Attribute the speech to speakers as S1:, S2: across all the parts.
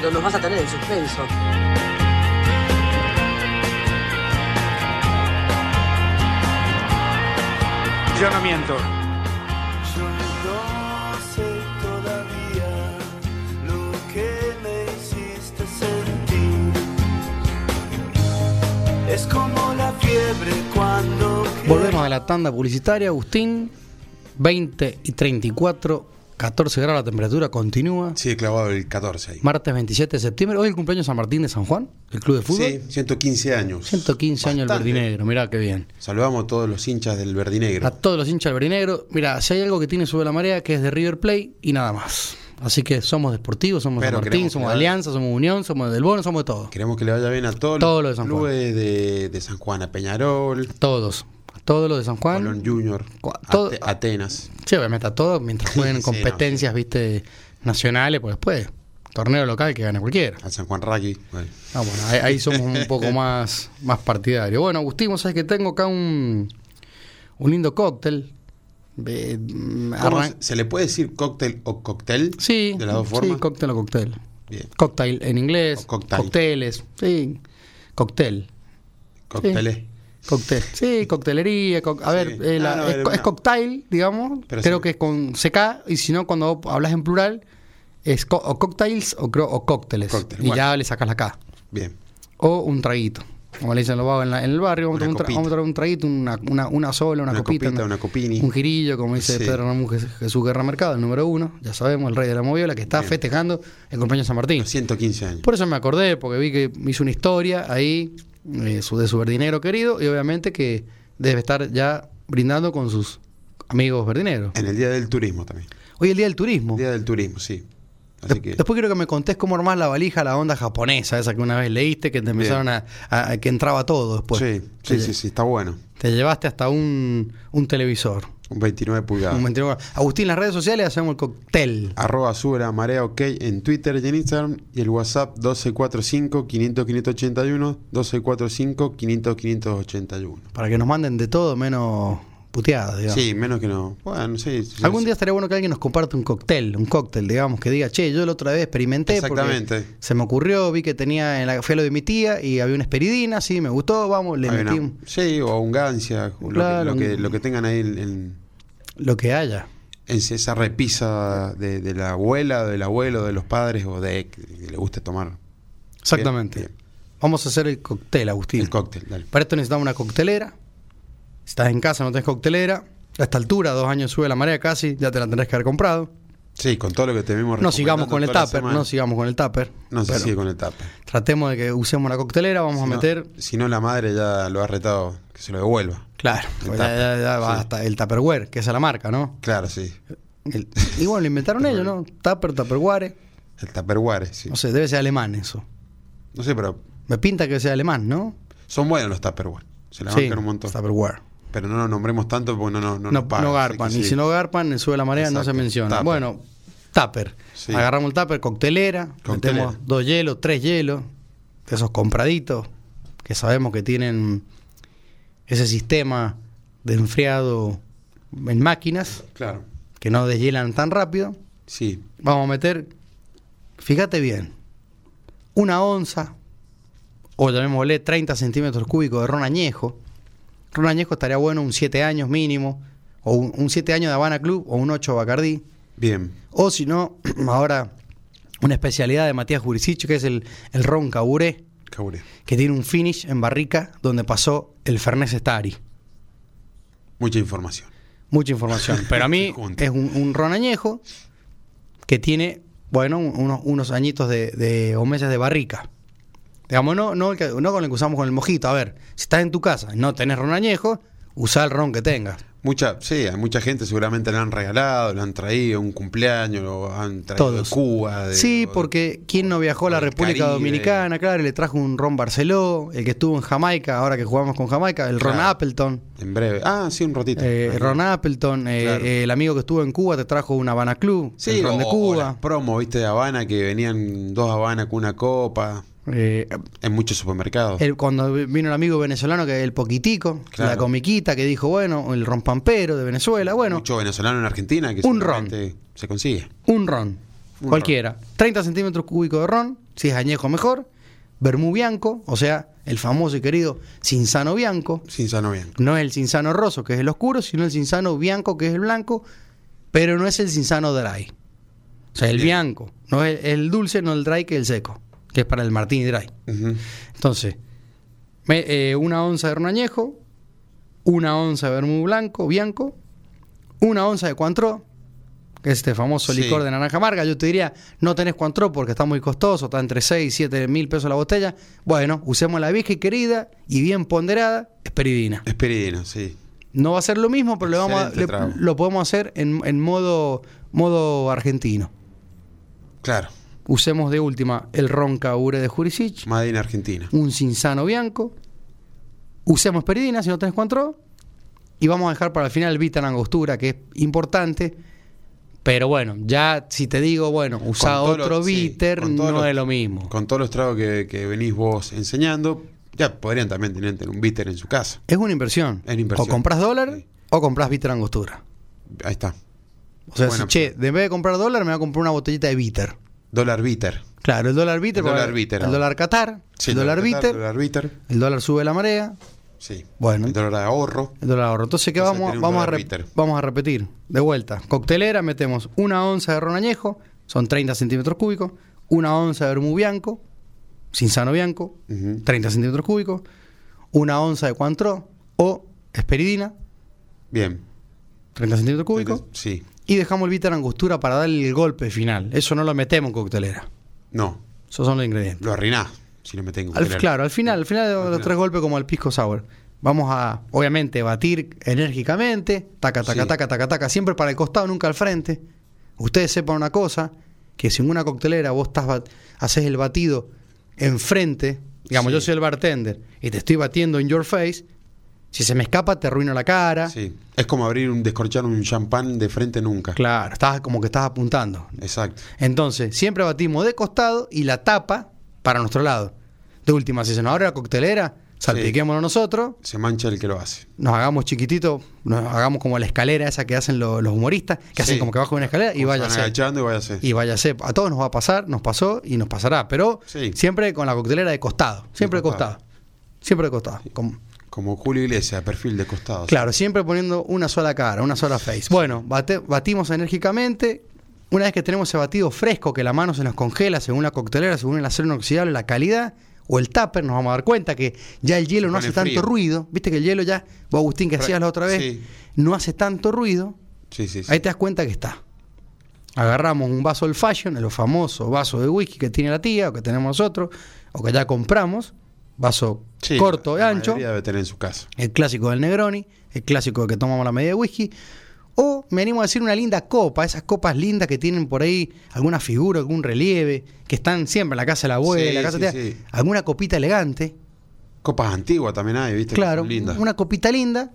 S1: pero nos vas a tener en suspenso.
S2: Yo no miento.
S3: Yo no sé todavía lo que me hiciste sentir. Es como la fiebre cuando
S4: Volvemos a la tanda publicitaria, Agustín. 20 y 34, 14 grados la temperatura, continúa.
S5: Sí, clavado el 14 ahí.
S4: Martes 27 de septiembre, hoy el cumpleaños de San Martín de San Juan, el club de fútbol.
S5: Sí, 115 años.
S4: 115 años el
S5: Bastante.
S4: verdinegro, mirá qué bien.
S5: Saludamos a todos los hinchas del verdinegro.
S4: A todos los hinchas del verdinegro, mirá, si hay algo que tiene sube la marea, que es de River Play y nada más. Así que somos deportivos, somos San
S5: Pero
S4: Martín,
S5: queremos
S4: somos
S5: quedar-
S4: Alianza, somos Unión, somos Del Bono, somos de todo.
S5: Queremos que le vaya bien a todos
S4: Todos los de
S5: los
S4: San Juan.
S5: clubes de, de San Juan, a Peñarol,
S4: Todos. A todos los de San Juan.
S5: Colón Junior,
S4: Cua-
S5: Ate-
S4: todo-
S5: Atenas.
S4: Sí, obviamente a todos mientras jueguen
S5: Sí, sí, no,
S4: competencias, viste, nacionales, pues después. Torneo local que gana cualquiera.
S5: Al San Juan Rugby. Bueno,
S4: Ah, bueno, ahí, ahí somos un poco más, más partidarios. Bueno, Agustín, vos sabés que tengo acá un, un lindo cóctel. Eh, mm,
S5: ¿Cómo
S4: arran-
S5: se- ¿Se le puede decir cóctel o cóctel?
S4: sí,
S5: De las dos
S4: sí,
S5: formas.
S4: cóctel o cóctel.
S5: Bien.
S4: Cóctel en inglés,
S5: O cóctel.
S4: cócteles, sí, cóctel.
S5: Cócteles.
S4: Cóctel. Sí, coctelería. co- a
S5: Sí. Ah,
S4: ver, eh, la-
S5: No, no,
S4: es,
S5: era
S4: co-
S5: una-
S4: es cocktail, digamos.
S5: Pero
S4: creo
S5: sí.
S4: que es con CK. Y si no, cuando hablas en plural, es co- o cocktails o, creo- o cócteles.
S5: Cóctel,
S4: y
S5: bueno.
S4: ya le sacas la K.
S5: Bien.
S4: O un traguito. Como le dicen los vagos en, la- en el barrio, vamos a tomar
S5: Una
S4: un tra-
S5: copita.
S4: vamos a tomar un traguito, una, una, una sola, una,
S5: Una
S4: copita,
S5: copita, una copini.
S4: un girillo, como dice
S5: Sí.
S4: Pedro Ramón Jes- Jesús Guerra Mercado, el número uno, ya sabemos, el rey de la moviola, que está
S5: Bien.
S4: festejando el cumpleaños de San Martín.
S5: Los 115 años.
S4: Por eso me acordé, porque vi que hizo una historia ahí eh, su- de su verdinero querido y obviamente que debe estar ya brindando con sus amigos verdineros.
S5: En el Día del Turismo también.
S4: Hoy es el Día del Turismo.
S5: Día del Turismo, sí. Así
S4: De-
S5: que.
S4: Oh. Después quiero que me contés cómo armás la valija, a la onda japonesa, esa que una vez leíste, que te empezaron a, a- a que entraba todo después.
S5: sí,
S4: Te
S5: sí,
S4: lle-
S5: sí, sí, está bueno.
S4: Te llevaste hasta un, un televisor.
S5: Un 29 pulgadas.
S4: Un 29. Agustín, las redes sociales hacemos el cóctel.
S5: Arroba sube la marea ok en Twitter y en Instagram y el WhatsApp 1245-500-581, 1245-500-581.
S4: Para que nos manden de todo menos puteadas, digamos.
S5: Sí, menos que no. Bueno, sí. sí,
S4: Algún
S5: sí.
S4: día estaría bueno que alguien nos comparte un cóctel, un cóctel, digamos, que diga, che, yo la otra vez experimenté. porque
S5: Exactamente.
S4: Se me ocurrió, vi que tenía en la fui a lo de mi tía y había una esperidina, sí, me gustó, vamos, le
S5: Hay una-
S4: metí un-
S5: Sí, o un gancia, o lo que-
S4: Claro,
S5: lo, que, lo,
S4: un-
S5: que, tengan ahí en, en-
S4: lo que haya.
S5: en esa repisa de, de la abuela, del abuelo, de los padres o de que le guste tomar.
S4: Exactamente.
S5: Bien, bien.
S4: Vamos a hacer el cóctel, Agustín.
S5: El cóctel, dale.
S4: Para esto necesitamos una coctelera. Si estás en casa, no tenés coctelera. A esta altura, dos años sube la marea casi, ya te la tendrás que haber comprado.
S5: Sí, con todo lo que te vimos
S4: No sigamos
S5: recomendando
S4: con el
S5: toda la
S4: tupper,
S5: semana.
S4: no sigamos con el tupper.
S5: No se
S4: Pero
S5: sigue con el tupper.
S4: Tratemos de que usemos la coctelera, vamos a
S5: Si no-
S4: meter...
S5: Si no, la madre ya lo ha retado que se lo devuelva.
S4: Claro,
S5: El
S4: pues ya,
S5: tupper,
S4: ya- ya
S5: sí.
S4: va hasta el Tupperware, que esa es la marca, ¿no?
S5: Claro, sí.
S4: El- y bueno, lo inventaron ellos, ¿no? Tupper, Tupperware.
S5: El Tupperware, sí.
S4: No sé, debe ser alemán eso.
S5: No sé, pero
S4: Me pinta que sea alemán, ¿no?
S5: son buenos los Tupperware. Se la bancan un montón.
S4: Tupperware.
S5: Pero no nos nombremos tanto porque no, no, no,
S4: No,
S5: nos pagan,
S4: no
S5: así
S4: garpan.
S5: que
S4: Y
S5: sí.
S4: si no garpan, en sube la marea no se
S5: Exacto,
S4: menciona.
S5: tupper.
S4: Bueno, Tupper.
S5: Sí.
S4: Agarramos el Tupper, coctelera.
S5: Coctelera.
S4: Metemos dos hielos, tres hielos. de Esos compraditos que sabemos que tienen ese sistema de enfriado en máquinas
S5: Claro.
S4: que no deshielan tan rápido.
S5: Sí.
S4: Vamos a meter, fíjate bien, una onza, o llamémosle 30 centímetros cúbicos de ron añejo. Ron añejo estaría bueno un 7 años mínimo, o un- un 7 años de Habana Club, o un 8 Bacardí.
S5: Bien.
S4: O si no, ahora una especialidad de Matías Jurisic, que es el, el ron caburé,
S5: Cabure.
S4: que tiene un finish en barrica donde pasó el Fernés Stari.
S5: Mucha información.
S4: Mucha información. Pero a mí
S5: Junto.
S4: es un, un ron añejo que tiene, bueno, un- unos, unos añitos de, de- o meses de barrica. Digamos, no, no, el que- no con el que usamos con el mojito. A ver, si estás en tu casa y no tenés ron añejo, usá el ron que tengas.
S5: Mucha, sí, a mucha gente seguramente le han regalado, le han traído un cumpleaños, lo han traído
S4: Todos.
S5: de Cuba. de-
S4: sí,
S5: o de-
S4: porque ¿quién no viajó a la
S5: del
S4: República
S5: Caribe.
S4: Dominicana? Claro, y le trajo un ron Barceló, el que estuvo en Jamaica, ahora que jugamos con Jamaica, el ron
S5: Claro.
S4: Appleton.
S5: En breve. Ah, sí, un ratito.
S4: eh, el ron Appleton, eh,
S5: Claro.
S4: el amigo que estuvo en Cuba te trajo un Habana Club,
S5: Sí,
S4: el ron
S5: o-
S4: de
S5: o
S4: Cuba.
S5: las promo, viste, de Habana, que venían dos Habanas con una copa.
S4: Eh,
S5: En muchos supermercados.
S4: El- cuando vino el amigo venezolano, que el poquitico,
S5: Oh. Claro.
S4: la comiquita, que dijo, bueno, el rompampero de Venezuela, bueno,
S5: Mucho venezolano en Argentina que
S4: Un
S5: seguramente se consigue.
S4: un ron,
S5: Un
S4: cualquiera. 30 centímetros cúbicos de ron, si es añejo mejor, vermú bianco, o sea, el famoso y querido cinzano bianco,
S5: Sin sano bien.
S4: no es el cinzano roso, que es el oscuro, sino el cinzano bianco, que es el blanco, pero no es el cinzano dry. O sea, el
S5: Bien.
S4: bianco, no es el dulce, no el dry, que es el seco, que es para el martini dry.
S5: Ujú.
S4: Entonces, me- eh, una onza de ron añejo, una onza de vermú blanco, bianco, una onza de cuantro, que es este famoso
S5: Sí.
S4: licor de naranja amarga. Yo te diría, no tenés cuantro porque está muy costoso, está entre 6 y 7 mil pesos la botella. Bueno, usemos la vieja y querida y bien ponderada, esperidina.
S5: Esperidina, sí.
S4: No va a ser lo mismo, pero le vamos a-
S5: Excelente
S4: le-
S5: trago.
S4: lo podemos hacer en, en modo, modo argentino.
S5: Claro.
S4: Usemos de última el ron caure de Jurisic.
S5: Madre en Argentina.
S4: un cinzano bianco. Usemos peridina si no tenés cuantro. Y vamos a dejar para el final el Vita en angostura, que es importante. Pero bueno, ya si te digo, bueno, usa
S5: Con todos
S4: otro
S5: los- sí,
S4: bitter,
S5: con todos
S4: no
S5: los-
S4: es lo mismo.
S5: Con todos los tragos que, que venís vos enseñando, ya podrían también tener tener un bitter en su casa.
S4: Es una inversión.
S5: Es una inversión.
S4: O compras dólar
S5: Sí.
S4: o compras bitter en angostura.
S5: Ahí está.
S4: O sea,
S5: Buena
S4: si, che, en vez de comprar dólar, me voy a comprar una botellita de bitter.
S5: Dólar bitter.
S4: Claro, el dólar bitter.
S5: El dólar
S4: porque-
S5: bitter
S4: El
S5: ahora.
S4: dólar Qatar.
S5: Sí,
S4: el dólar bitter.
S5: Dólar bitter.
S4: El dólar sube la marea.
S5: Sí.
S4: Bueno.
S5: El dólar de ahorro.
S4: El dólar ahorro. Entonces, ¿qué
S5: O sea,
S4: vamos,
S5: tiene un
S4: vamos, a
S5: dólar
S4: re-
S5: bitter.
S4: vamos a repetir? De vuelta. Coctelera, metemos una onza de ron añejo, son 30 centímetros cúbicos, una onza de vermú bianco, cinzano bianco,
S5: Ujú.
S4: 30 centímetros cúbicos, una onza de cuantro o esperidina,
S5: Bien.
S4: 30 centímetros cúbicos,
S5: Sí.
S4: y dejamos el bitter angostura para darle el golpe final. Eso no lo metemos en coctelera.
S5: No.
S4: Esos son los ingredientes.
S5: Lo arruinás si no me tengo
S4: Al- claro, al final, al final de los
S5: final.
S4: tres golpes como el pisco sour. Vamos a, obviamente, batir enérgicamente, taca, taca,
S5: Sí.
S4: taca, taca, taca, siempre para el costado, nunca al frente. Ustedes sepan una cosa, que si en una coctelera vos estás bat- haces el batido enfrente, digamos,
S5: Sí.
S4: yo soy el bartender y te estoy batiendo in your face, si se me escapa te arruino la cara.
S5: Sí. Es como abrir un descorchar un champán de frente nunca.
S4: Claro, estás como que estás apuntando.
S5: Exacto.
S4: Entonces, siempre batimos de costado y la tapa para nuestro lado. De última, si se nos abre la coctelera, salpiquémoslo nosotros,
S5: Se mancha el que lo hace.
S4: nos hagamos chiquititos, nos hagamos como la escalera esa que hacen lo- los humoristas, que hacen
S5: Sí.
S4: como que bajo una escalera y
S5: Como se
S4: vaya a
S5: van
S4: ser.
S5: agachando y vaya a ser.
S4: Y vaya a ser. A todos nos va a pasar, nos pasó y nos pasará, pero
S5: Sí.
S4: siempre con la coctelera de costado, siempre de costado.
S5: costado.
S4: Siempre de costado. Como-
S5: Como Julio Iglesias, perfil de costado.
S4: Claro, siempre poniendo una sola cara, una sola face. Bueno, bate- batimos enérgicamente. Una vez que tenemos ese batido fresco, que la mano se nos congela según la coctelera, según el acero inoxidable, la calidad o el tupper, nos vamos a dar cuenta que ya el hielo
S5: Se
S4: no
S5: pone
S4: hace tanto
S5: frío.
S4: ruido. Viste que el hielo ya, vos Agustín, que
S5: Fra-
S4: hacías la otra vez,
S5: sí.
S4: no hace tanto ruido.
S5: Sí, sí, sí.
S4: Ahí te das cuenta que está. Agarramos un vaso old fashion, el famoso vaso de whisky que tiene la tía o que tenemos nosotros o que ya compramos, vaso
S5: Sí,
S4: corto y
S5: la
S4: ancho
S5: mayoría debe tener en su casa.
S4: el clásico del Negroni, el clásico que tomamos la medida de whisky, o me animo a decir una linda copa, esas copas lindas que tienen por ahí alguna figura, algún relieve, que están siempre en la casa de la abuela,
S5: Sí,
S4: en la casa de
S5: sí,
S4: la tía,
S5: sí.
S4: alguna copita elegante,
S5: Copas antiguas también hay, ¿viste?
S4: claro,
S5: Linda.
S4: una copita linda,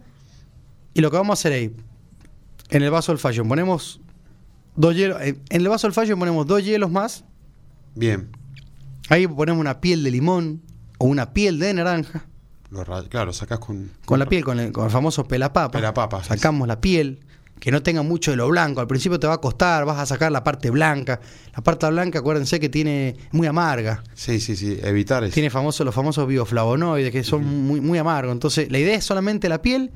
S4: y lo que vamos a hacer ahí, en el vaso del fashion ponemos dos hielos, eh, en el vaso del fashion ponemos dos hielos más,
S5: Bien.
S4: ahí ponemos una piel de limón o una piel de naranja,
S5: Lo ra- claro, sacás con.
S4: Con la piel, con el, con el famoso pelapapa.
S5: Pelapapa, sí,
S4: Sacamos la piel, que no tenga mucho de lo blanco. Al principio te va a costar, vas a sacar la parte blanca. La parte blanca, acuérdense que tiene es muy amarga.
S5: Sí, sí, sí. Evitar eso.
S4: Tiene famoso, los famosos bioflavonoides, que son muy, muy amargos. Entonces, la idea es solamente la piel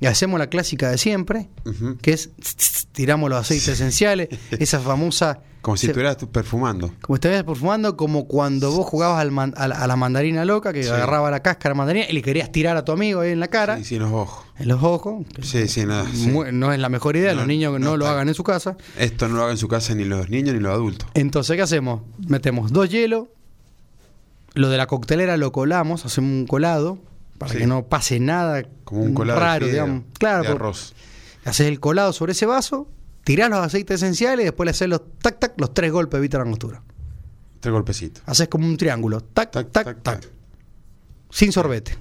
S4: y hacemos la clásica de siempre,
S5: Ujú.
S4: que es tss, tss, tiramos los aceites esenciales, esa famosa...
S5: Como si
S4: se-
S5: estuvieras tú perfumando.
S4: como estabas perfumando, como cuando vos jugabas al man- a, la, a la mandarina loca, que
S5: Sí.
S4: agarraba la cáscara de mandarina y le querías tirar a tu amigo ahí en la cara,
S5: Sí, sí, los ojos.
S4: en los ojos, que
S5: Sí, sí, nada. sí.
S4: Mu- No es la mejor idea,
S5: No,
S4: los niños no,
S5: no
S4: lo
S5: está.
S4: hagan en su casa.
S5: Esto no lo hagan en su casa ni los niños ni los adultos.
S4: Entonces, ¿qué hacemos? Metemos dos hielos, lo de la coctelera lo colamos, hacemos un colado para
S5: Sí.
S4: que no pase nada
S5: Como un colado
S4: Mm, raro,
S5: de, fideo,
S4: digamos. Claro,
S5: de
S4: por-
S5: arroz.
S4: haces el colado sobre ese vaso, tirás los aceites esenciales y después le haces los tac tac, los tres golpes de Vita la angostura.
S5: Tres golpecitos.
S4: Haces como un triángulo, tac tac tac, sin sorbete,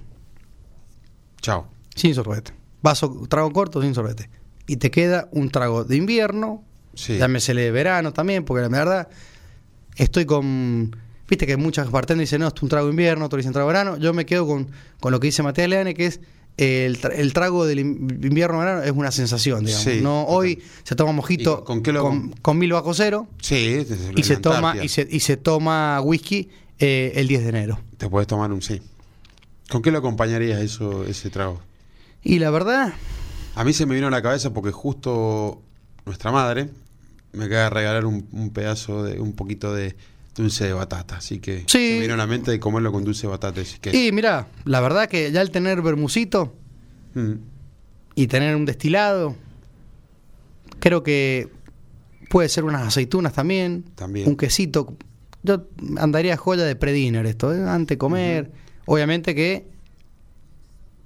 S5: Chao.
S4: sin sorbete. Vaso trago corto sin sorbete. Y te queda un trago de invierno,
S5: Sí.
S4: Llámesele de verano también, porque la verdad estoy con. Viste que muchas bartenders dicen, no, esto es un trago de invierno, otros dicen trago de verano. Yo me quedo con, con lo que dice Matías Leane, que es el, tra- el trago del in- invierno-verano es una sensación, digamos.
S5: Sí,
S4: no,
S5: total.
S4: hoy se toma mojito
S5: ¿Y con- con qué lo-
S4: con mil bajo cero
S5: Sí,
S4: y se, toma, y, se, y se toma whisky eh, el 10 de enero.
S5: Te puedes tomar un sí. ¿Con qué lo acompañarías eso, ese trago?
S4: Y la verdad,
S5: A mí se me vino a la cabeza porque justo nuestra madre me acaba de regalar un, un pedazo de un poquito de dulce de batata, así que
S4: Sí.
S5: se me vino a la mente de comerlo con dulce de batata, así que
S4: y mira, la verdad que ya al tener bermucito
S5: mm,
S4: y tener un destilado, creo que puede ser unas aceitunas también,
S5: También.
S4: un quesito. Yo andaría joya de pre-dinner esto, ¿eh? antes de comer. Obviamente que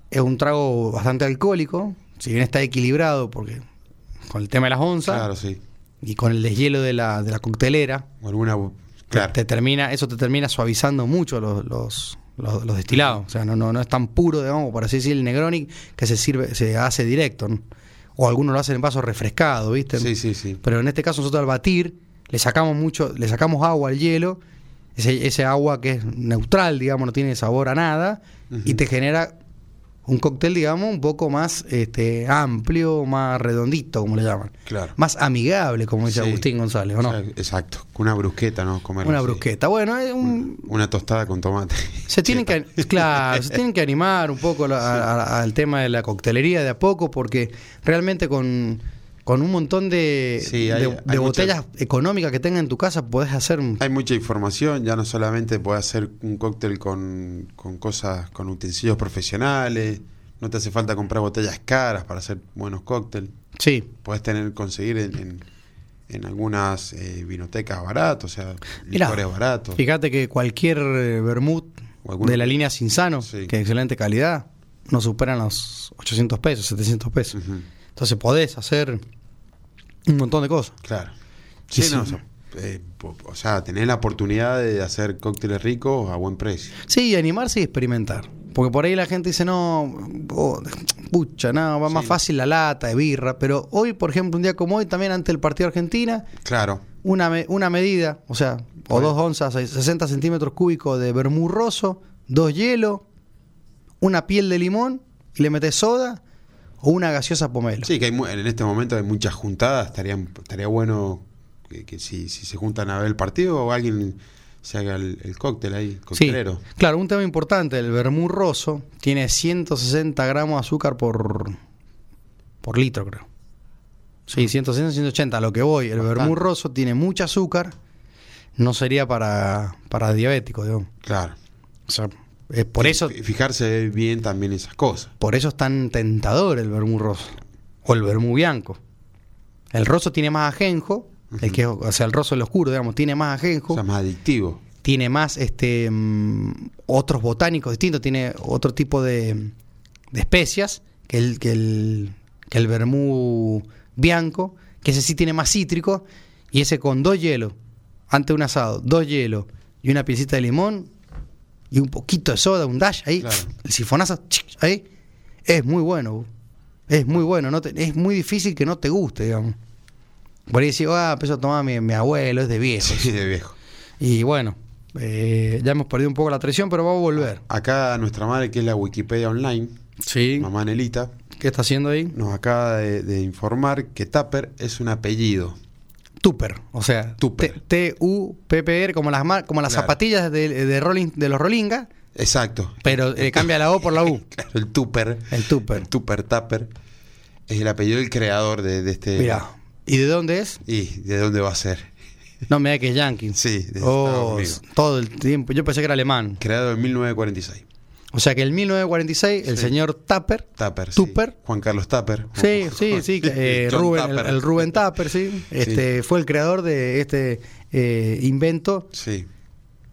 S4: es un trago bastante alcohólico, si bien está equilibrado porque con el tema de las onzas
S5: claro, sí.
S4: y con el deshielo de la, de la coctelera,
S5: O alguna claro.
S4: te termina, eso te termina suavizando mucho los, los, los- los destilados. O sea, no, no, no es tan puro, digamos, por así decir, el Negroni que se sirve, se hace directo. ¿no? O algunos lo hacen en vaso refrescado, ¿viste?
S5: Sí, sí, sí.
S4: Pero en este caso nosotros al batir, le sacamos mucho, le sacamos agua al hielo, ese, ese agua que es neutral, digamos, no tiene sabor a nada,
S5: Ujú.
S4: y te genera un cóctel, digamos, un poco más este, amplio, más redondito, como le llaman.
S5: Claro.
S4: Más amigable, como dice
S5: Sí.
S4: Agustín González, ¿o no?
S5: O sea, Exacto, con una brusqueta, ¿no? Comerlo
S4: Una
S5: así.
S4: brusqueta. Bueno, es un,
S5: Una tostada con tomate.
S4: se tienen que, claro, se tienen que animar un poco la- a- a- al tema de la coctelería de a poco, porque realmente con, con un montón de,
S5: Sí,
S4: de-
S5: hay- hay
S4: de
S5: muchas-
S4: botellas económicas que tengas en tu casa, podés hacer un-
S5: Hay mucha información, ya no solamente podés hacer un cóctel con, con cosas, con utensilios profesionales, no te hace falta comprar botellas caras para hacer buenos cócteles.
S4: Sí.
S5: Podés tener, conseguir en, en- en algunas eh, vinotecas baratos, o sea,
S4: Mirá,
S5: licores baratos.
S4: Fíjate que cualquier eh, vermut
S5: O alguno-
S4: de la línea Sinsano,
S5: Sí.
S4: que es de excelente calidad, no superan los 800 pesos, 700 pesos.
S5: Ujú,
S4: Entonces podés hacer un montón de cosas.
S5: Claro.
S4: Sí,
S5: Sí,
S4: sí.
S5: no, o sea, eh, po- o sea, tenés la oportunidad de hacer cócteles ricos a buen precio.
S4: Sí, y animarse y experimentar. Porque por ahí la gente dice, no, oh, pucha, no, va más
S5: Sí.
S4: fácil la lata de birra. Pero hoy, por ejemplo, un día como hoy, también ante el partido de Argentina,
S5: Claro.
S4: una, me- una medida, o sea, o
S5: Bueno.
S4: dos onzas, seis- 60 centímetros cúbicos de vermurroso, dos hielos, una piel de limón, y le metes soda o una gaseosa pomelo.
S5: Sí, que hay mu- en este momento hay muchas juntadas. Estarían, estaría bueno que, que si, si se juntan a ver el partido o alguien se haga el, el cóctel ahí,
S4: Sí.
S5: coctelero.
S4: Claro, un tema importante, el vermurroso tiene 160 gramos de azúcar por, por litro, creo. Sí, 160, 180, a lo que voy. El
S5: Bastante.
S4: vermurroso tiene mucho azúcar, no sería para, para diabético, digamos.
S5: Claro.
S4: O sea, es por,
S5: Y
S4: eso,
S5: fi- Fijarse bien también esas cosas.
S4: por eso es tan tentador el vermurroso o el vermú blanco. El roso tiene más ajenjo, el que, es- o sea, el roso el oscuro, digamos, tiene más ajenjo.
S5: O sea, más adictivo.
S4: tiene más este mm, otros botánicos distintos, tiene otro tipo de, de especias que el, que el, que el vermú bianco, que ese sí tiene más cítrico, y ese con dos hielos, ante un asado, dos hielos y una piecita de limón y un poquito de soda, un dash ahí,
S5: Claro.
S4: el sifonazo, chic, ahí, es muy bueno, bu. es muy bueno, no te- es muy difícil que no te guste, digamos. Por ahí decís, ah, empezó a tomar mi, mi abuelo, es de viejo.
S5: Sí, de viejo.
S4: Y bueno, eh, ya hemos perdido un poco la atracción, pero vamos a volver.
S5: Acá nuestra madre, que es la Wikipedia Online,
S4: Sí.
S5: mamá Nelita,
S4: ¿Qué está haciendo ahí?
S5: nos acaba de, de informar que Tupper es un apellido.
S4: Tupper, o sea,
S5: Tupper.
S4: T- T-U-P-P-R, como las, mar- como las
S5: Claro.
S4: zapatillas de, de, rolling, de los Rolingas,
S5: Exacto.
S4: pero eh, cambia la O por la U.
S5: Claro, el Tupper.
S4: El Tupper.
S5: El Tupper Tupper. Es el apellido del creador de, de este.
S4: Mirá. ¿Y de dónde es?
S5: ¿Y de dónde va a ser?
S4: No, me da que es yankee.
S5: Sí, de Estados
S4: Oh,
S5: Unidos.
S4: todo el tiempo. Yo pensé que era alemán.
S5: Creado en 1946.
S4: O sea que en 1946, el
S5: Sí.
S4: señor Tupper.
S5: Tupper. sí.
S4: Tupper.
S5: Juan Carlos Tupper.
S4: Sí, sí, sí, que, eh,
S5: John
S4: Rubén, el,
S5: Tupper.
S4: el Rubén Tupper, sí. Este, Fue el creador de este eh, invento
S5: Sí.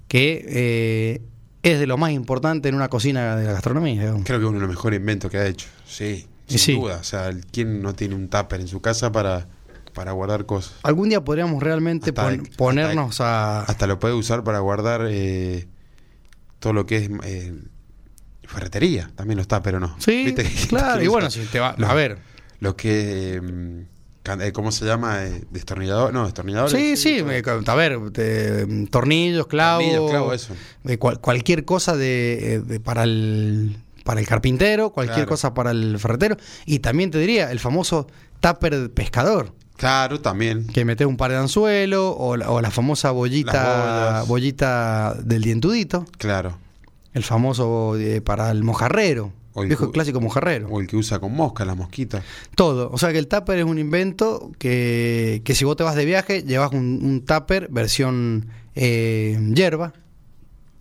S4: que eh, es de lo más importante en una cocina de la gastronomía. digamos.
S5: Creo que es uno de los mejores inventos que ha hecho. Sí.
S4: Y
S5: Sin
S4: sí.
S5: duda. O sea, el- ¿quién no tiene un Tupper en su casa para, para guardar cosas?
S4: Algún día podríamos realmente
S5: Hasta
S4: pon-
S5: de- hasta de-
S4: ponernos a...
S5: Hasta lo puede usar para guardar eh, todo lo que es eh, ferretería. También los Tupper, ¿o no?
S4: sí,
S5: ¿Viste?
S4: claro. Y bueno, si te va... A ver.
S5: Los que... eh, can- eh, ¿Cómo se llama? Eh, ¿Destornillador? No, destornillador.
S4: Sí, sí, me- a ver, te- tornillos, clavos,
S5: Tornillos, clavos, eso.
S4: eh, cual- cualquier cosa de, eh, de- para el para el carpintero, cualquier
S5: Claro.
S4: cosa para el ferretero. Y también te diría, el famoso tupper de pescador,
S5: Claro, también.
S4: que metes un par de anzuelo o la, o la famosa bollita,
S5: Las bolas.
S4: bollita del dientudito,
S5: Claro.
S4: el famoso eh, para el mojarrero,
S5: O el
S4: viejo
S5: cu-
S4: clásico mojarrero.
S5: O el que usa con mosca, las mosquitas.
S4: Todo. O sea que el tupper es un invento que, que si vos te vas de viaje, llevas un, un tupper versión eh, hierba.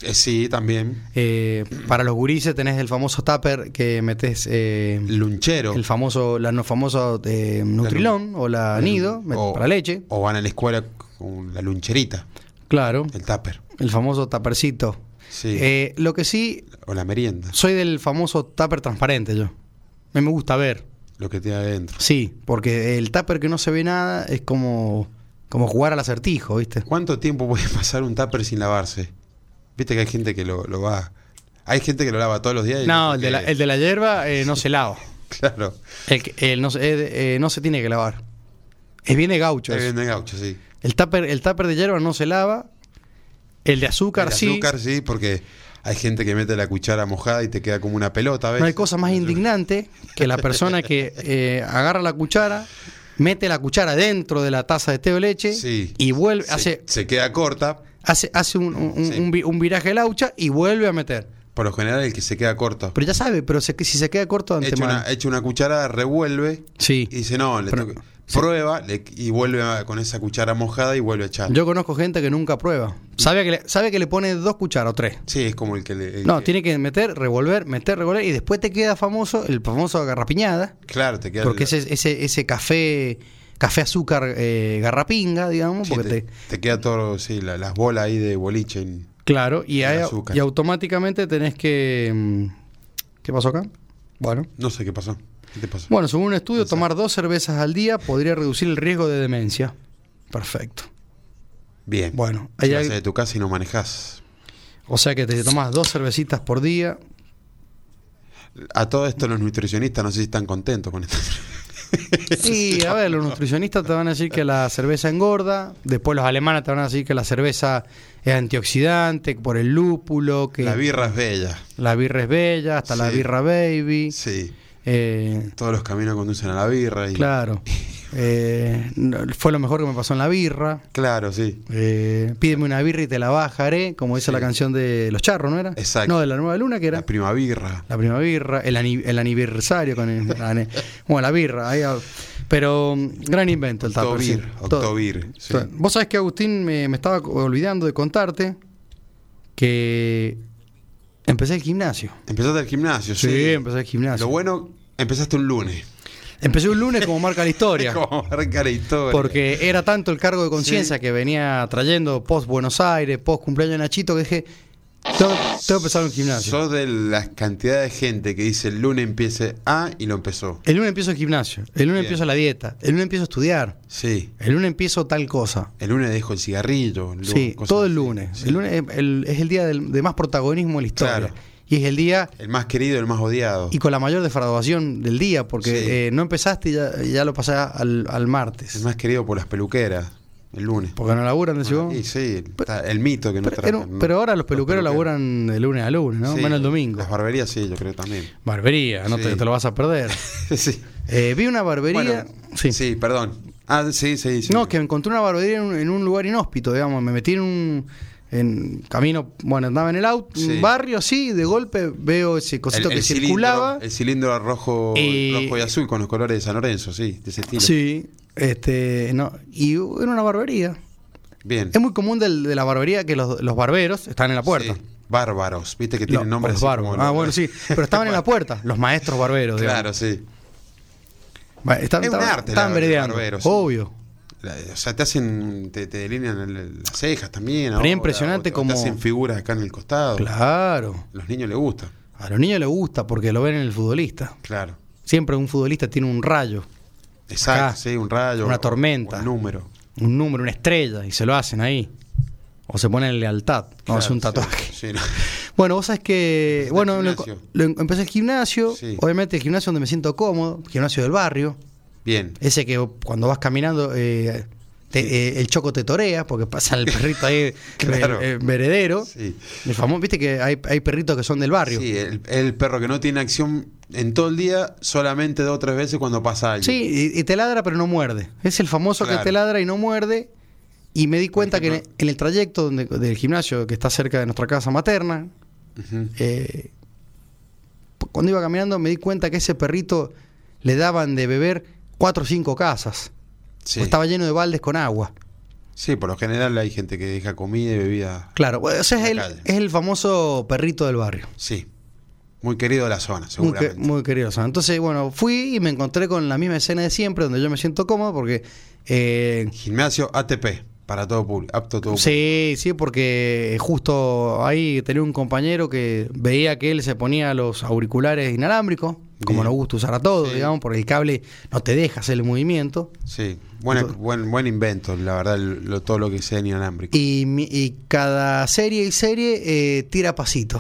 S5: Eh, sí, también.
S4: Eh, para los gurises tenés el famoso tupper que metes eh,
S5: Lunchero.
S4: el famoso, la no famosa eh, nutrilón o la nido met-
S5: O-
S4: para leche.
S5: O van a la escuela con la luncherita,
S4: Claro.
S5: el tupper.
S4: El famoso tuppercito.
S5: Sí.
S4: Eh, lo que sí,
S5: o la merienda,
S4: soy del famoso tupper transparente yo. A mí me gusta ver.
S5: lo que tiene adentro.
S4: Sí, porque el tupper que no se ve nada es como, como jugar al acertijo, ¿viste?
S5: ¿Cuánto tiempo puede pasar un tupper sin lavarse? Viste que hay gente que lo, lo va. Hay gente que lo lava todos los días. y
S4: No,
S5: dice
S4: el de la,
S5: que-
S4: el de la hierba eh, no se lava.
S5: Claro.
S4: El, que- el no, se- eh, eh, no se tiene que lavar. Es bien de gaucho.
S5: Ahí
S4: eso.
S5: venden gaucho, sí.
S4: El tupper, el tupper de hierba no se lava. El de azúcar,
S5: El de
S4: sí.
S5: azúcar, sí, porque hay gente que mete la cuchara mojada y te queda como una pelota, ¿ves?
S4: No hay cosa más indignante que la persona que eh, agarra la cuchara, mete la cuchara dentro de la taza de té o leche
S5: Sí.
S4: y vuelve,
S5: Se-
S4: hace,
S5: se queda corta,
S4: hace, hace un, un- un-
S5: Sí.
S4: un vi- un viraje laucha y vuelve a meter.
S5: Por lo general el que se queda corto.
S4: Pero ya sabe, pero se- si se queda corto de
S5: Echa
S4: antemano.
S5: una, echa una cuchara, revuelve
S4: Sí.
S5: y dice, no, le
S4: Pero-
S5: toca- prueba le- y vuelve a- con esa cuchara mojada y vuelve a echar.
S4: Yo conozco gente que nunca prueba. Sabe que le, sabe que le pone dos cucharas o tres.
S5: Sí, es como el que le... el
S4: No,
S5: que-
S4: tiene que meter, revolver, meter, revolver y después te queda famoso el famoso garrapiñada,
S5: Claro, te queda...
S4: porque
S5: el-
S4: ese, ese, ese café, café azúcar eh, garrapinga, digamos,
S5: sí,
S4: porque
S5: te,
S4: te-
S5: te queda todo, sí, la- las bolas ahí de boliche. en-
S4: claro, y,
S5: el
S4: ahí-
S5: azúcar.
S4: y automáticamente tenés que... mm, ¿Qué pasó acá? Bueno.
S5: No sé qué pasó. ¿Qué te pasó?
S4: Bueno, según un estudio,
S5: Exacto.
S4: tomar dos cervezas al día podría reducir el riesgo de demencia. Perfecto.
S5: Bien.
S4: Bueno,
S5: Si
S4: ahí
S5: vas
S4: hay-
S5: de tu casa y no manejás.
S4: o sea que te tomas dos cervecitas por día,
S5: A todo esto los nutricionistas no sé si están contentos con esto.
S4: Sí, a ver, los nutricionistas te van a decir que la cerveza engorda, después los alemanes te van a decir que la cerveza es antioxidante por el lúpulo, que
S5: La birra es bella.
S4: la birra es bella, hasta la
S5: Sí.
S4: birra baby.
S5: Sí.
S4: Eh,
S5: Todos los caminos conducen a la birra. Y...
S4: claro, Eh, no- fue lo mejor que me pasó en la birra.
S5: Claro, sí.
S4: Eh, pídeme una birra y te la bajaré, como dice
S5: Sí.
S4: la canción de Los Charros, ¿no era?
S5: Exacto.
S4: No, de la Nueva Luna, que era
S5: La prima birra.
S4: la prima birra, el, ani- el aniversario con el, la ne- bueno, la birra, ahí a- pero mm, gran invento el tupper. sí.
S5: Octobir.
S4: Todo-
S5: Octobir. sí.
S4: todo. Vos sabés que Agustín me, me estaba olvidando de contarte que empecé el gimnasio.
S5: Empezaste el gimnasio, sí.
S4: Sí, empecé el gimnasio.
S5: Lo bueno, empezaste un lunes.
S4: Empecé un lunes como marca la historia.
S5: Como marca la historia.
S4: Porque era tanto el cargo de conciencia que venía trayendo post Buenos Aires, post cumpleaños de Nachito, que dije, tengo, tengo que empezar un gimnasio.
S5: Sos de la cantidad de gente que dice el lunes empiece A y lo empezó.
S4: El lunes empiezo el gimnasio, el lunes
S5: Bien.
S4: empiezo la dieta, el lunes empiezo a estudiar,
S5: Sí.
S4: el lunes empiezo tal cosa.
S5: El lunes dejo el cigarrillo. el
S4: Sí,
S5: cosas
S4: todo el
S5: así.
S4: lunes.
S5: Sí.
S4: El lunes es el, es el día del- de más protagonismo en la historia.
S5: Claro.
S4: Y es el día
S5: El más querido, el más odiado.
S4: y con la mayor defraudación del día, porque
S5: Sí.
S4: eh, no empezaste y ya, y ya lo pasás al, al
S5: El
S4: martes.
S5: más querido por las peluqueras. El lunes.
S4: Porque no laburan, decís vos.
S5: Sí, sí. está El, mito que no
S4: pero,
S5: tratan,
S4: pero-
S5: ¿no?
S4: pero ahora los
S5: Los
S4: peluqueros laburan de lunes a lunes, ¿no?
S5: Sí,
S4: Menos el domingo.
S5: Las barberías sí, yo creo también.
S4: Barbería, no te,
S5: Sí.
S4: te lo vas a perder.
S5: sí.
S4: Eh, vi una barbería.
S5: Bueno,
S4: sí.
S5: sí. perdón. Ah, sí, sí, sí.
S4: No, que encontré una barbería en un, en un lugar inhóspito, digamos. Me metí en un en camino, bueno, andaba en el auto,
S5: Sí.
S4: un barrio así, y de golpe veo ese
S5: El-
S4: cosito
S5: el
S4: que
S5: cilindro-
S4: circulaba.
S5: el cilindro rojo,
S4: Y-
S5: rojo y azul con los colores de San Lorenzo, sí, de ese estilo.
S4: Sí, este, no, y era una barbería.
S5: Bien.
S4: Es muy común del- de la barbería que los, los barberos están en la puerta.
S5: Sí, Bárbaros, viste que
S4: No,
S5: tienen nombres.
S4: los
S5: así
S4: bárbaros.
S5: como-
S4: Ah, bueno, sí. Pero estaban en la puerta, los maestros barberos.
S5: Claro,
S4: digamos.
S5: sí.
S4: Va, estaban-
S5: Es un
S4: estaban-
S5: arte la-
S4: Estaban
S5: el
S4: veredeando.
S5: barbero, sí.
S4: Obvio.
S5: La- o sea, te hacen. Te, te delinean el- las cejas también. ahora,
S4: impresionante
S5: o te- o
S4: como-
S5: Te hacen figuras acá en el costado.
S4: Claro.
S5: A los niños les gusta.
S4: A los niños les gusta porque lo ven en el futbolista.
S5: Claro.
S4: Siempre un futbolista tiene un rayo,
S5: Exacto,
S4: Acá,
S5: sí, un rayo.
S4: una
S5: o-
S4: tormenta.
S5: o un número.
S4: un número, una estrella y se lo hacen ahí. O se ponen lealtad. No,
S5: Claro,
S4: es un
S5: sí,
S4: tatuaje.
S5: sí, no.
S4: Bueno, vos sabés que.
S5: Empezaste
S4: Bueno,
S5: el
S4: lo-
S5: gimnasio.
S4: lo- empecé el gimnasio.
S5: Sí.
S4: Obviamente, el gimnasio donde me siento cómodo, gimnasio del barrio.
S5: Bien.
S4: Ese que cuando vas caminando eh, Te- eh, el choco te torea porque pasa el perrito ahí
S5: Claro.
S4: eh, eh, veredero.
S5: Sí.
S4: El famoso, viste que hay, hay perritos que son del barrio.
S5: Sí, el, el perro que no tiene acción en todo el día, solamente dos o tres veces cuando pasa algo.
S4: Sí, y, y te ladra pero no muerde. Es el famoso
S5: Claro.
S4: que te ladra y no muerde. Y me di cuenta que en el,
S5: ejemplo-
S4: en el trayecto donde- del gimnasio que está cerca de nuestra casa materna,
S5: Ujú.
S4: eh, cuando iba caminando me di cuenta que ese perrito le daban de beber cuatro o cinco casas.
S5: Sí.
S4: Porque Estaba lleno de baldes con agua.
S5: Sí, por lo general hay gente que deja comida y bebida.
S4: Claro, o sea, es
S5: En
S4: el,
S5: la calle.
S4: es el famoso perrito del barrio.
S5: Sí. Muy querido de la zona,
S4: Muy, que-
S5: seguramente.
S4: muy querido. o sea, Entonces, bueno, fui y me encontré con la misma escena de siempre, donde yo me siento cómodo porque... eh,
S5: Gimnasio ATP, para todo público, apto a todo público.
S4: Sí, sí, porque justo ahí tenía un compañero que veía que él se ponía los auriculares inalámbricos, como
S5: Bien.
S4: nos gusta usar a todos,
S5: Sí.
S4: digamos, porque el cable no te deja hacer el movimiento.
S5: Sí, buena- buen, buen invento, la verdad, lo- todo lo que sea en inalámbrico.
S4: Y, mi- y cada serie y serie eh, tira pasito.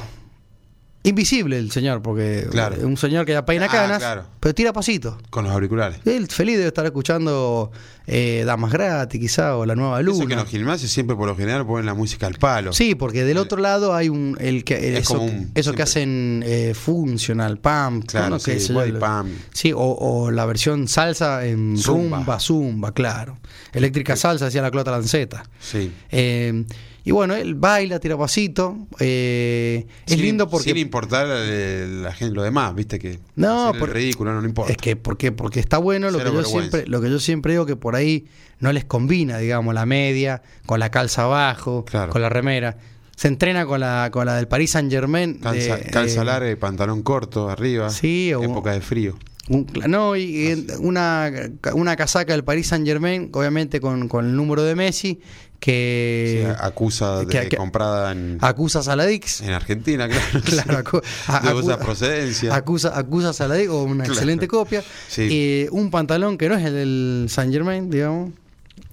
S4: Invisible el señor, porque
S5: Claro.
S4: es un señor que ya peina
S5: Ah,
S4: canas,
S5: claro.
S4: pero tira pasito.
S5: Con los auriculares.
S4: Él feliz debe estar escuchando eh, Damas Gratis, quizá, o La Nueva
S5: Eso que en
S4: Luna.
S5: los gimnasios siempre por lo general ponen la música al palo.
S4: Sí, porque del otro lado hay un el que
S5: Eh, Es
S4: eso,
S5: como un-
S4: eso que
S5: siempre.
S4: hacen eh, funcional, pump,
S5: Claro,
S4: ¿no?
S5: sí,
S4: Que se-
S5: body pump.
S4: Sí, o, o la versión salsa en
S5: Zumba.
S4: rumba, zumba, claro. Eléctrica salsa hacía la clota lanceta.
S5: Sí.
S4: Eh, y bueno, él baila, tira pasito. eh, es
S5: Sin-
S4: lindo porque
S5: Sin importar eh, la gente, lo demás, viste que.
S4: No,
S5: hacer el
S4: por-
S5: ridículo, no, no importa.
S4: Es que porque porque está bueno lo que
S5: Cero
S4: yo
S5: vergüenza.
S4: siempre lo que yo siempre digo que por ahí no les combina, digamos, la media con la calza abajo,
S5: Claro.
S4: con la remera. Se entrena con la con la del Paris Saint-Germain eh, de-
S5: Calza, calza
S4: de-
S5: larga, y pantalón corto arriba.
S4: Sí, o-
S5: Época de frío.
S4: un cla- no, y,
S5: Ah,
S4: y en- una, una casaca del Paris Saint-Germain, obviamente con, con el número de Messi que
S5: Sí, Eh, acusa de
S4: que- que-
S5: comprada en,
S4: acusas a la Dix.
S5: en Argentina, claro.
S4: Claro, acu- a-
S5: de dudosa
S4: acu-
S5: procedencia.
S4: Acusa, acusas a la Dix, o una
S5: Claro.
S4: excelente copia.
S5: Sí.
S4: Eh, un pantalón que no es el del Saint Germain, digamos.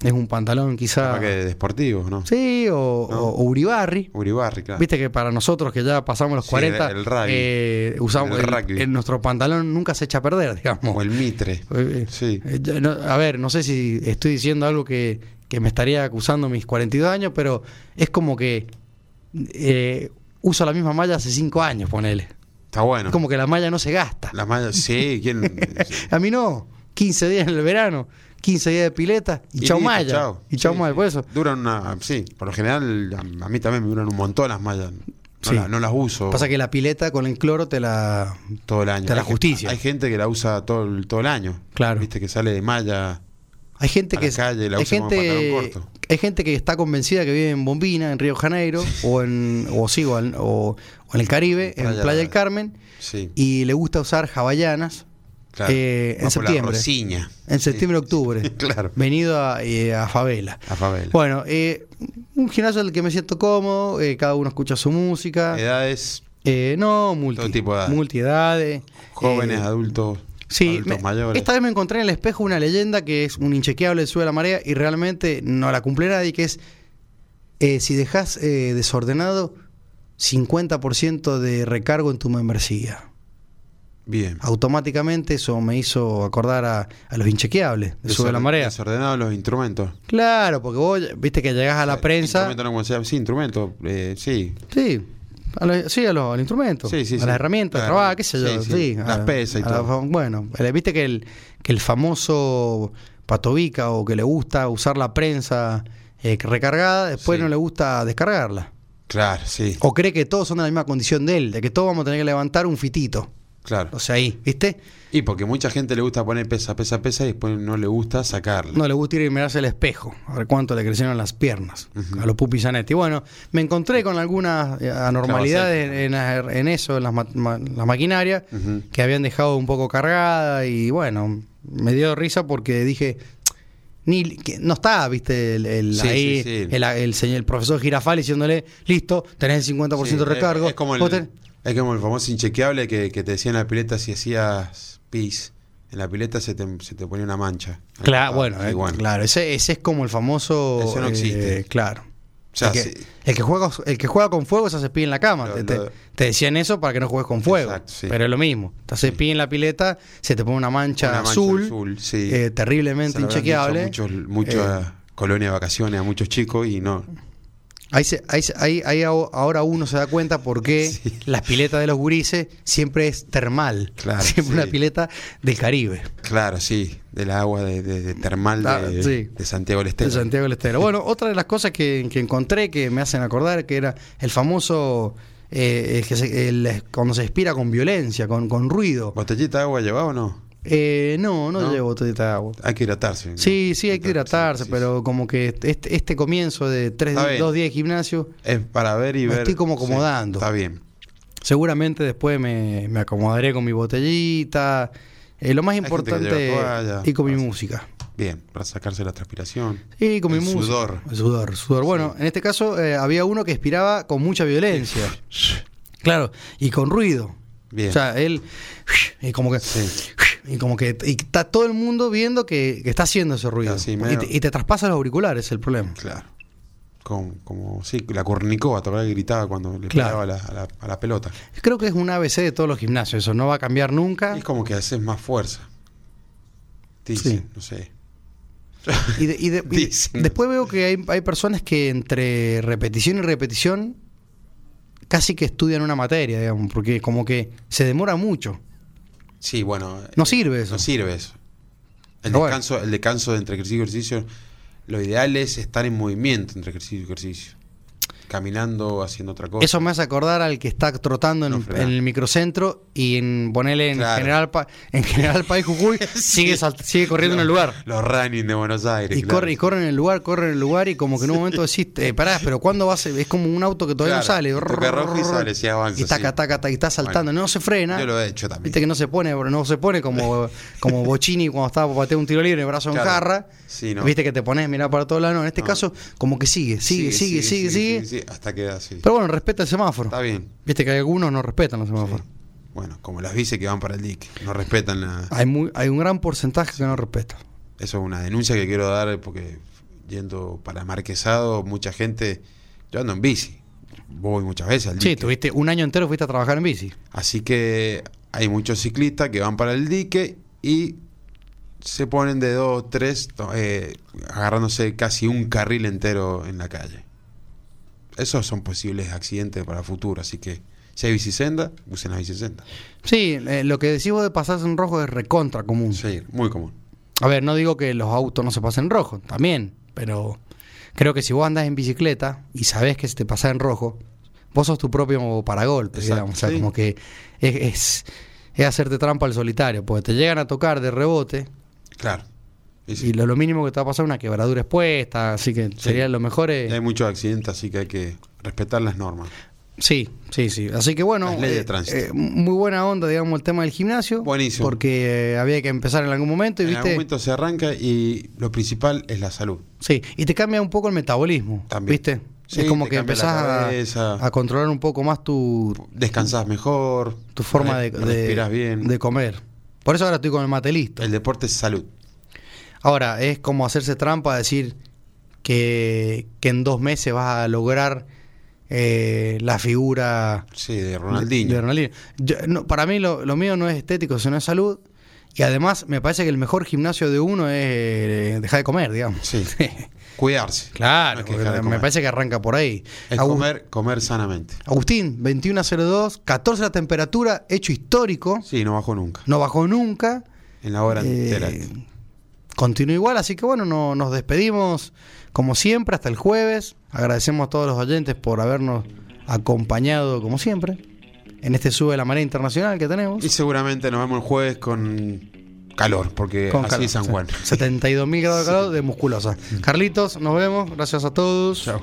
S4: Es un pantalón quizá.
S5: Capaz que deportivo, ¿no?
S4: Sí, o,
S5: No.
S4: o- o Uribarri.
S5: Uribarri, claro.
S4: Viste que para nosotros que ya pasamos los
S5: Sí,
S4: 40,
S5: el- el rugby.
S4: eh, usamos
S5: El
S4: el-
S5: rugby.
S4: el- nuestro pantalón nunca se echa a perder, digamos.
S5: O el Mitre.
S4: Eh, eh,
S5: Sí.
S4: eh, yo no- a ver, no sé si estoy diciendo algo que, que me estaría acusando mis 42 años, pero es como que eh, uso la misma malla hace 5 años, ponele.
S5: Está bueno.
S4: Es como que la malla no se gasta.
S5: Las mallas, sí, ¿quién?
S4: A mí no. 15 días en el verano, 15 días de pileta y, chau
S5: listo,
S4: malla.
S5: chao.
S4: Y chau
S5: Sí,
S4: malla,
S5: sí.
S4: por eso.
S5: Duran una. Sí, por lo general, a, a mí también me duran un montón las mallas. No,
S4: Sí.
S5: la- no las uso
S4: Pasa que la pileta con el cloro te la.
S5: todo el año.
S4: te la
S5: Hay gen-
S4: justicia.
S5: Hay gente que la usa todo el, todo el año.
S4: Claro.
S5: Viste que sale de malla.
S4: Hay gente
S5: A
S4: que.
S5: la calle, la
S4: hay,
S5: usa como
S4: gente,
S5: pantalón corto.
S4: hay gente que está convencida que vive en Bombina, en Río Janeiro, o en. O sí, o, en- o- o en el Caribe, en
S5: Playa-
S4: Playa, del Carmen,
S5: Sí.
S4: y le gusta usar hawaianas
S5: claro.
S4: eh, en
S5: Va por la
S4: septiembre.
S5: rosiña.
S4: en septiembre, octubre.
S5: Claro.
S4: Venido a, eh, a favela.
S5: A favela.
S4: Bueno, eh, un gimnasio en el que me siento cómodo, eh, cada uno escucha su música.
S5: Edades,
S4: Eh, no, multi,
S5: Todo tipo de edades.
S4: multiedades.
S5: jóvenes,
S4: eh,
S5: adultos,
S4: Sí,
S5: adultos
S4: me-
S5: mayores.
S4: esta vez me encontré en el espejo una leyenda que es un inchequeable del sube la marea y realmente no la cumple nadie, que es eh, si dejas eh, desordenado 50% de recargo en tu membresía.
S5: Bien.
S4: Automáticamente eso me hizo acordar a, a los inchequeables de sube la
S5: Desorden-
S4: marea.
S5: Desordenados los instrumentos.
S4: Claro, porque vos viste que llegás a la prensa.
S5: Instrumento no, como sea, sí, instrumento, eh, sí.
S4: Sí. A lo- sí, a lo- al instrumento,
S5: Sí, sí,
S4: a
S5: sí.
S4: las herramientas, al
S5: A la
S4: trabajo,
S5: herramienta.
S4: qué sé yo.
S5: Sí,
S4: Sí,
S5: sí.
S4: a-
S5: Las pesas y
S4: a la-
S5: todo.
S4: bueno, eh, viste que el, que el famoso patovica o que le gusta usar la prensa eh, recargada, después
S5: Sí.
S4: no le gusta descargarla.
S5: Claro, sí.
S4: O cree que todos son de la misma condición de él, de que todos vamos a tener que levantar un fitito.
S5: Claro.
S4: O sea, ahí, ¿viste?
S5: Y porque mucha gente le gusta poner pesa, pesa, pesa y después no le gusta sacarla.
S4: No le gusta ir y mirarse el espejo, a ver cuánto le crecieron las piernas
S5: Ujú.
S4: a los Pupi Zanetti. Bueno, me encontré con algunas eh, anormalidades en, en- en eso, en las, ma- ma- las maquinarias,
S5: Ujú.
S4: que habían dejado un poco cargada y bueno, me dio risa porque dije, ni, que no está, viste, el, el-
S5: Sí,
S4: ahí,
S5: sí, sí.
S4: El, el señor- el profesor Girafal diciéndole, listo, tenés el 50%
S5: Sí,
S4: de recargo.
S5: Es, es como
S4: vos
S5: el,
S4: ten-".
S5: es como el famoso inchequeable que, que te decía en la pileta si hacías pis. En la pileta se te, se te ponía una mancha.
S4: Claro,
S5: Ah,
S4: bueno, eh,
S5: y
S4: claro, ese, ese es como el famoso...
S5: Ese no
S4: eh,
S5: existe.
S4: claro.
S5: O sea,
S4: el, que,
S5: sí.
S4: el que juega, el que juega con fuego se hace pie en la cama.
S5: Lo-
S4: te, te-
S5: lo-
S4: te decían eso para que no juegues con fuego.
S5: Exacto, sí.
S4: Pero es lo mismo. Te haces pie en la pileta, se te pone una mancha,
S5: Una mancha
S4: azul,
S5: azul, sí.
S4: eh,
S5: Se
S4: terriblemente
S5: lo habrán dicho
S4: inchequeable.
S5: Muchos, muchos
S4: Eh,
S5: eh, colonia de vacaciones a muchos chicos y no.
S4: Ahí, se- ahí se- ahí- ahí aho- ahora uno se da cuenta por qué
S5: Sí.
S4: las piletas de los gurises siempre es termal.
S5: Claro,
S4: siempre
S5: sí.
S4: una pileta del Caribe.
S5: Claro, sí, del agua de, de- de termal de,
S4: Ah, sí.
S5: de Santiago del Estero.
S4: De Santiago del Estero. Bueno, otra de las cosas que, que encontré que me hacen acordar que era el famoso eh, eh, que se- el- cuando se expira con violencia, con, con ruido.
S5: ¿Botellita de agua llevaba o no?
S4: Eh, no, no,
S5: ¿No?
S4: llevo botellita de agua.
S5: Hay que hidratarse.
S4: Sí, sí, hay que
S5: Entonces,
S4: hidratarse,
S5: sí,
S4: pero como que este, este comienzo de tres,
S5: Está bien.
S4: dos días de gimnasio,
S5: sí. Es para ver y
S4: Me
S5: ver.
S4: estoy como
S5: sí,
S4: acomodando.
S5: está bien.
S4: seguramente después me, me acomodaré con mi botellita. Eh, lo más
S5: gente que
S4: importante
S5: lleva toalla,
S4: y con mi
S5: pasa.
S4: música.
S5: Bien, para sacarse la transpiración.
S4: Y con
S5: El
S4: mi música.
S5: sudor.
S4: El sudor, sudor. Bueno, en este caso eh, había uno que expiraba con mucha violencia. claro, y con ruido.
S5: Bien.
S4: O sea, él y como que
S5: Sí.
S4: y como que y está todo el mundo viendo que, que está haciendo ese ruido.
S5: Así,
S4: y,
S5: medio-
S4: te, y te traspasa los auriculares, el problema.
S5: Claro. Como, como sí, la cornicó, tocaba y gritaba cuando le
S4: Claro.
S5: pegaba a la, a la- a la pelota.
S4: Creo que es un ABC de todos los gimnasios, eso no va a cambiar nunca.
S5: Es como que haces más fuerza. Dicen,
S4: Sí.
S5: no sé.
S4: Y, de- y de- y
S5: Dicen.
S4: después veo que hay, hay personas que entre repetición y repetición casi que estudian una materia, digamos, porque como que se demora mucho.
S5: Sí, bueno.
S4: No
S5: eh,
S4: sirve eso.
S5: No sirve eso. El
S4: Bueno.
S5: descanso, el descanso entre ejercicio y ejercicio, lo ideal es estar en movimiento entre ejercicio y ejercicio. Caminando, haciendo otra cosa.
S4: Eso me hace acordar al que está trotando en,
S5: No, Fernando.
S4: en el microcentro y en ponele en
S5: Claro.
S4: general Pa- en general país Jujuy sigue salt- sigue corriendo en el lugar.
S5: Los running de Buenos Aires.
S4: Y
S5: claro.
S4: corre, y corre en el lugar, corre en el lugar, y como que en un momento decís, eh, pará, pero ¿cuándo va a ser? Es como un auto que todavía no
S5: Claro,
S4: sale.
S5: y toca rojo y sale, sí, avanza,
S4: Y taca,
S5: sí.
S4: taca, taca, y está saltando,
S5: Bueno,
S4: no se frena.
S5: Yo lo he hecho también.
S4: Viste que no se pone, no se pone como, como Bocini cuando estaba para patear un tiro libre, brazo en
S5: Claro.
S4: jarra.
S5: Sí, no.
S4: Viste que te pones, mirá para todos lados. No, en este
S5: No.
S4: caso, como que sigue, sigue, sigue, sigue, sigue.
S5: sigue, Hasta queda así.
S4: Pero bueno, respeta el semáforo.
S5: Está bien.
S4: Viste que algunos no respetan los semáforos.
S5: Bueno, como las bici que van para el dique. No respetan la...
S4: Hay, muy, hay un gran porcentaje que no respeta.
S5: Eso es una denuncia que quiero dar eh, porque yendo para Marquesado, mucha gente... Yo ando en bici. Voy muchas veces al dique.
S4: Sí, tuviste un año entero fuiste a trabajar en bici.
S5: Así que hay muchos ciclistas que van para el dique y se ponen de dos, tres, to- eh, agarrándose casi un carril entero en la calle. Esos son posibles accidentes para el futuro, así que si hay bicisenda, usen la bicisenda.
S4: Sí, eh, lo que decís vos de pasarse en rojo es recontra común.
S5: Sí, muy común.
S4: A ver, no digo que los autos no se pasen en rojo, también, pero creo que si vos andás en bicicleta y sabés que se te pasa en rojo, vos sos tu propio paragolpe,
S5: Exacto,
S4: digamos. O sea,
S5: sí.
S4: como que es, es, es hacerte trampa al solitario, porque te llegan a tocar de rebote
S5: Claro. Y sí,
S4: y lo, lo mínimo que te va a pasar es una quebradura expuesta, así que sería lo mejor. eh,
S5: Hay muchos accidentes, así que hay que respetar las normas.
S4: Sí, sí, sí. Así que bueno, eh,
S5: Las leyes de tránsito.
S4: muy buena onda, digamos, el tema del gimnasio.
S5: Buenísimo.
S4: Porque eh, había que empezar en algún momento y
S5: En
S4: viste.
S5: algún momento se arranca y lo principal es la salud.
S4: Sí, y te cambia un poco el metabolismo,
S5: También.
S4: ¿viste?
S5: Sí,
S4: es como
S5: te
S4: que
S5: cambia la
S4: empezás
S5: cabeza.
S4: a, a controlar un poco más tu,
S5: Descansás mejor,
S4: tu forma de,
S5: re-
S4: de-
S5: respirás bien.
S4: de comer. Por eso ahora estoy con el mate listo.
S5: el deporte es salud.
S4: Ahora, es como hacerse trampa decir que, que en dos meses vas a lograr eh, la figura
S5: Sí, de
S4: de-
S5: Ronaldinho.
S4: de Ronaldinho. Yo- no, para mí lo, lo mío no es estético, sino es salud. Y además me parece que el mejor gimnasio de uno es eh, dejar de comer, digamos.
S5: Sí. Cuidarse.
S4: Claro,
S5: No es que dejar de
S4: me
S5: comer.
S4: parece que arranca por ahí.
S5: Es
S4: Agus-
S5: comer, comer sanamente.
S4: Agustín, 2102, 14 la temperatura, hecho histórico,
S5: Sí, no bajó nunca.
S4: no bajó nunca,
S5: En la hora
S4: Eh,
S5: entera.
S4: continúa igual, así que bueno, no, nos despedimos como siempre hasta el jueves, agradecemos a todos los oyentes por habernos acompañado como siempre en este Sube la Marea Internacional que tenemos.
S5: Y seguramente nos vemos el jueves con calor, porque
S4: Con
S5: así
S4: calor,
S5: es San Juan.
S4: 72 mil grados de calor de musculosa. Carlitos, nos vemos, gracias a todos.
S5: Chao.